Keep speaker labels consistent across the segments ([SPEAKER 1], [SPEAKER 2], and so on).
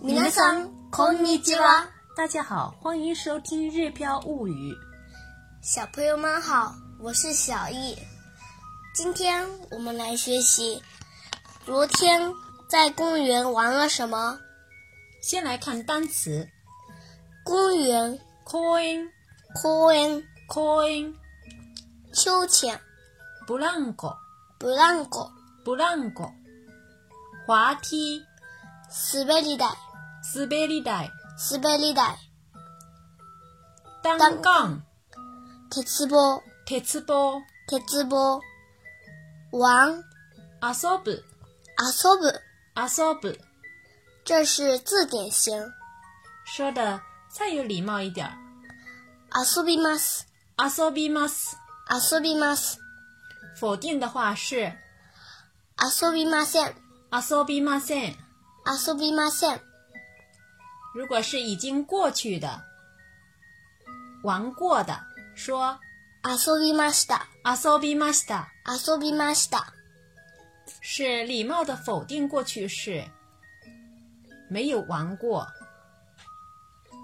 [SPEAKER 1] 皆さんこんにちは，
[SPEAKER 2] 大家好，欢迎收听《日飘物语》。
[SPEAKER 1] 小朋友们好，我是小易。今天我们来学习昨天在公园玩了什么。
[SPEAKER 2] 先来看单词
[SPEAKER 1] 公园
[SPEAKER 2] ：coin、
[SPEAKER 1] 公園
[SPEAKER 2] coin、
[SPEAKER 1] 秋千
[SPEAKER 2] ブランコ、
[SPEAKER 1] ブランコ
[SPEAKER 2] ブランコ、滑梯、
[SPEAKER 1] 滑り台
[SPEAKER 2] 滑り台、
[SPEAKER 1] 滑り台
[SPEAKER 2] 单
[SPEAKER 1] 单
[SPEAKER 2] 杠、
[SPEAKER 1] 鉄棒
[SPEAKER 2] 鉄棒、
[SPEAKER 1] 鉄棒玩
[SPEAKER 2] 遊ぶ、
[SPEAKER 1] 遊ぶ。
[SPEAKER 2] 遊ぶ。
[SPEAKER 1] 这是字典型。
[SPEAKER 2] 说的再有礼貌一点儿，
[SPEAKER 1] 遊びます
[SPEAKER 2] 遊びます。
[SPEAKER 1] 遊びます
[SPEAKER 2] 否定的话是
[SPEAKER 1] 遊びません
[SPEAKER 2] 遊びません。
[SPEAKER 1] 遊びません
[SPEAKER 2] 如果是已经过去的、玩过的，说
[SPEAKER 1] 遊びました
[SPEAKER 2] 遊びました。
[SPEAKER 1] 遊びました
[SPEAKER 2] 是礼貌的否定过去式，没有玩过。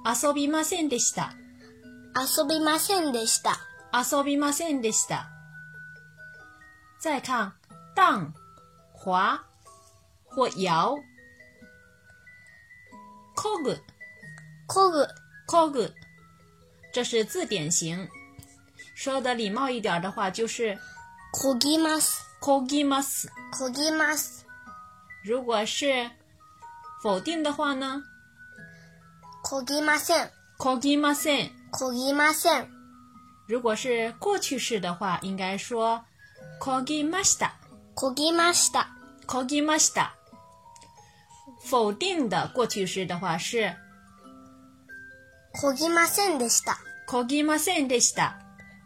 [SPEAKER 2] 遊びませんでした。
[SPEAKER 1] 遊びませんでした
[SPEAKER 2] 遊びませんでした。再看荡、滑或摇。工具、
[SPEAKER 1] 工具
[SPEAKER 2] 工具，这是字典型。说的礼貌一点的话就是
[SPEAKER 1] こぎます
[SPEAKER 2] こぎます。
[SPEAKER 1] こぎます
[SPEAKER 2] 如果是否定的话呢，
[SPEAKER 1] こぎません
[SPEAKER 2] こぎません。
[SPEAKER 1] こぎません
[SPEAKER 2] 如果是过去式的话，应该说こぎました。
[SPEAKER 1] こぎました
[SPEAKER 2] こぎました。否定的过去式的话是
[SPEAKER 1] こぎませんでした
[SPEAKER 2] こぎませんでした。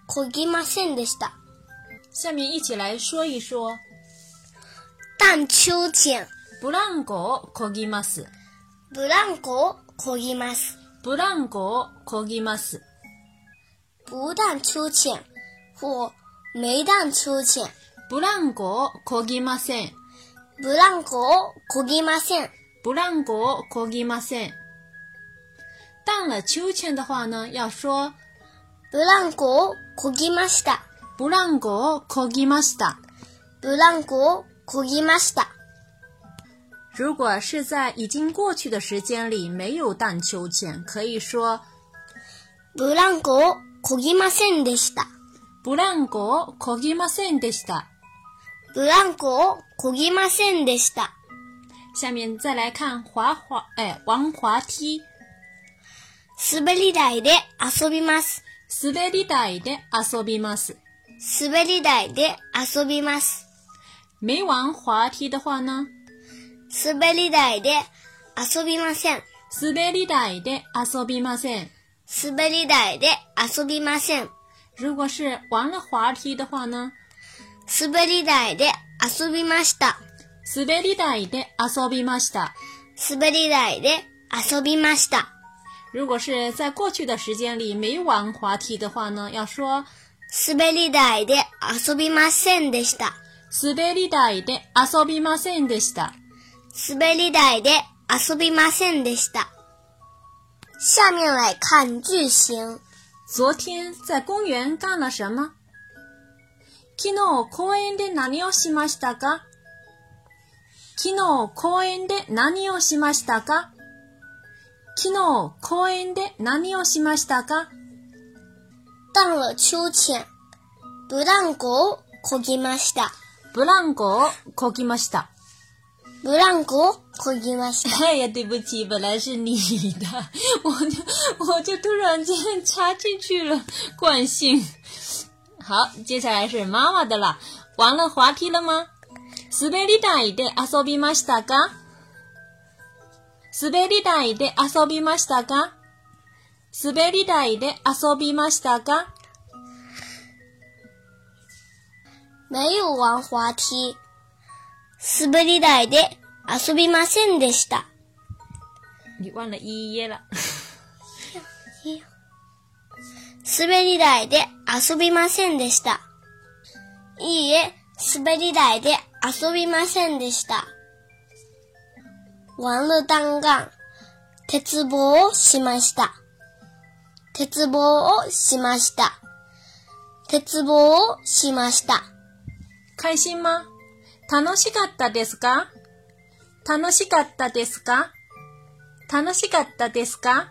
[SPEAKER 1] こぎませんでした
[SPEAKER 2] 下面一起来说一说
[SPEAKER 1] 荡秋千
[SPEAKER 2] ブランコをこぎます。
[SPEAKER 1] ブランコをこぎます
[SPEAKER 2] ブランコをこぎます。
[SPEAKER 1] 不荡秋千或没荡秋千
[SPEAKER 2] ブランコをこぎません。
[SPEAKER 1] ブランコをこぎません。
[SPEAKER 2] ブランコをこぎません。荡了秋千的话呢，要说
[SPEAKER 1] ブランコをこぎました。
[SPEAKER 2] ブランコをこぎました。
[SPEAKER 1] ブランコをこぎました。
[SPEAKER 2] 如果是在已经过去的时间里没有荡秋千，可以说
[SPEAKER 1] ブランコをこぎませんでした。
[SPEAKER 2] ブランコをこぎませんでした。
[SPEAKER 1] ブランコをこぎませんでした。
[SPEAKER 2] 下面再来看滑滑，哎，玩滑梯。
[SPEAKER 1] 滑り台で遊びます。
[SPEAKER 2] 滑り台で遊びます。
[SPEAKER 1] 滑り台で遊びます。
[SPEAKER 2] 没玩滑梯的话呢，
[SPEAKER 1] 滑り台で遊びません。
[SPEAKER 2] 滑り台で遊びません。
[SPEAKER 1] 滑り台で遊びません。
[SPEAKER 2] 如果是玩了滑梯的话呢，
[SPEAKER 1] 滑り台で遊びました。
[SPEAKER 2] 滑り台で遊びました。
[SPEAKER 1] 滑り台で遊びました。
[SPEAKER 2] 如果是在过去的时间里没玩滑梯的话呢，要说
[SPEAKER 1] 滑り台で遊びませんでした。
[SPEAKER 2] 滑り台で遊びませんでした。
[SPEAKER 1] 滑り台で遊びませんでした。下面来看句型。
[SPEAKER 2] 昨天在公园干了什么？昨日公園で何をしましたか？昨日公園で何をしましたか？昨日公園で何をしましたか？
[SPEAKER 1] 荡了秋千。ブランコをこぎました。
[SPEAKER 2] ブランコをこぎました。
[SPEAKER 1] ブランコをこぎました。
[SPEAKER 2] 哎呀，对不起，本来是你的，我就我就突然间插进去了，惯性。好，接下来是妈妈的了。玩了滑梯了吗？滑り台で遊びましたか？滑り台で遊びましたか？滑り台で遊びましたか？
[SPEAKER 1] 没有玩滑梯。滑り台で遊びませんでした。
[SPEAKER 2] 你忘了一耶了。
[SPEAKER 1] 滑り台で遊びませんでした。いいえ、滑り台で遊びませんでした。玩了单杠，鉄棒をしました。鉄棒をしました。鉄棒をしました。
[SPEAKER 2] 開心吗楽しかったですか楽しかったですか楽しかったですか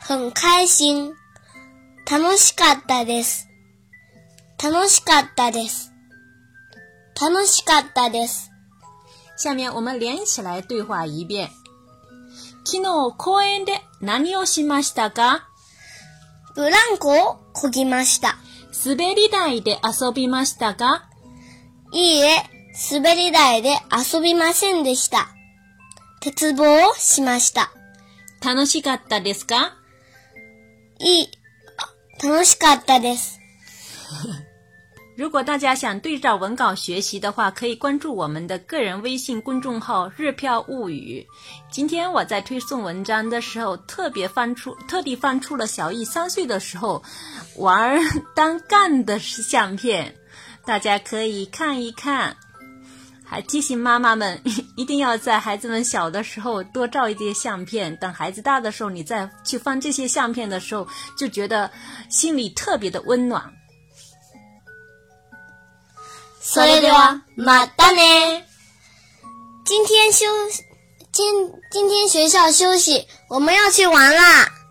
[SPEAKER 1] 很开心。楽しかったです。楽しかったです。楽しかったです。
[SPEAKER 2] 下面我们连起来对话一遍。昨日公園で何をしましたか
[SPEAKER 1] ブランコをこぎました。
[SPEAKER 2] 滑り台で遊びましたか
[SPEAKER 1] いいえ、滑り台で遊びませんでした。鉄棒をしました。
[SPEAKER 2] 楽しかったですか
[SPEAKER 1] いい、あ楽しかったです。
[SPEAKER 2] 如果大家想对照文稿学习的话，可以关注我们的个人微信公众号“日票物语”。今天我在推送文章的时候，特别翻出，特地翻出了小易三岁的时候玩儿单干的相片，大家可以看一看。还提醒妈妈们， 一定要在孩子们小的时候多照一些相片，等孩子大的时候，你再去翻这些相片的时候，就觉得心里特别的温暖。
[SPEAKER 1] それでは、またね。今天休，今今天学校休息，我们要去玩啦。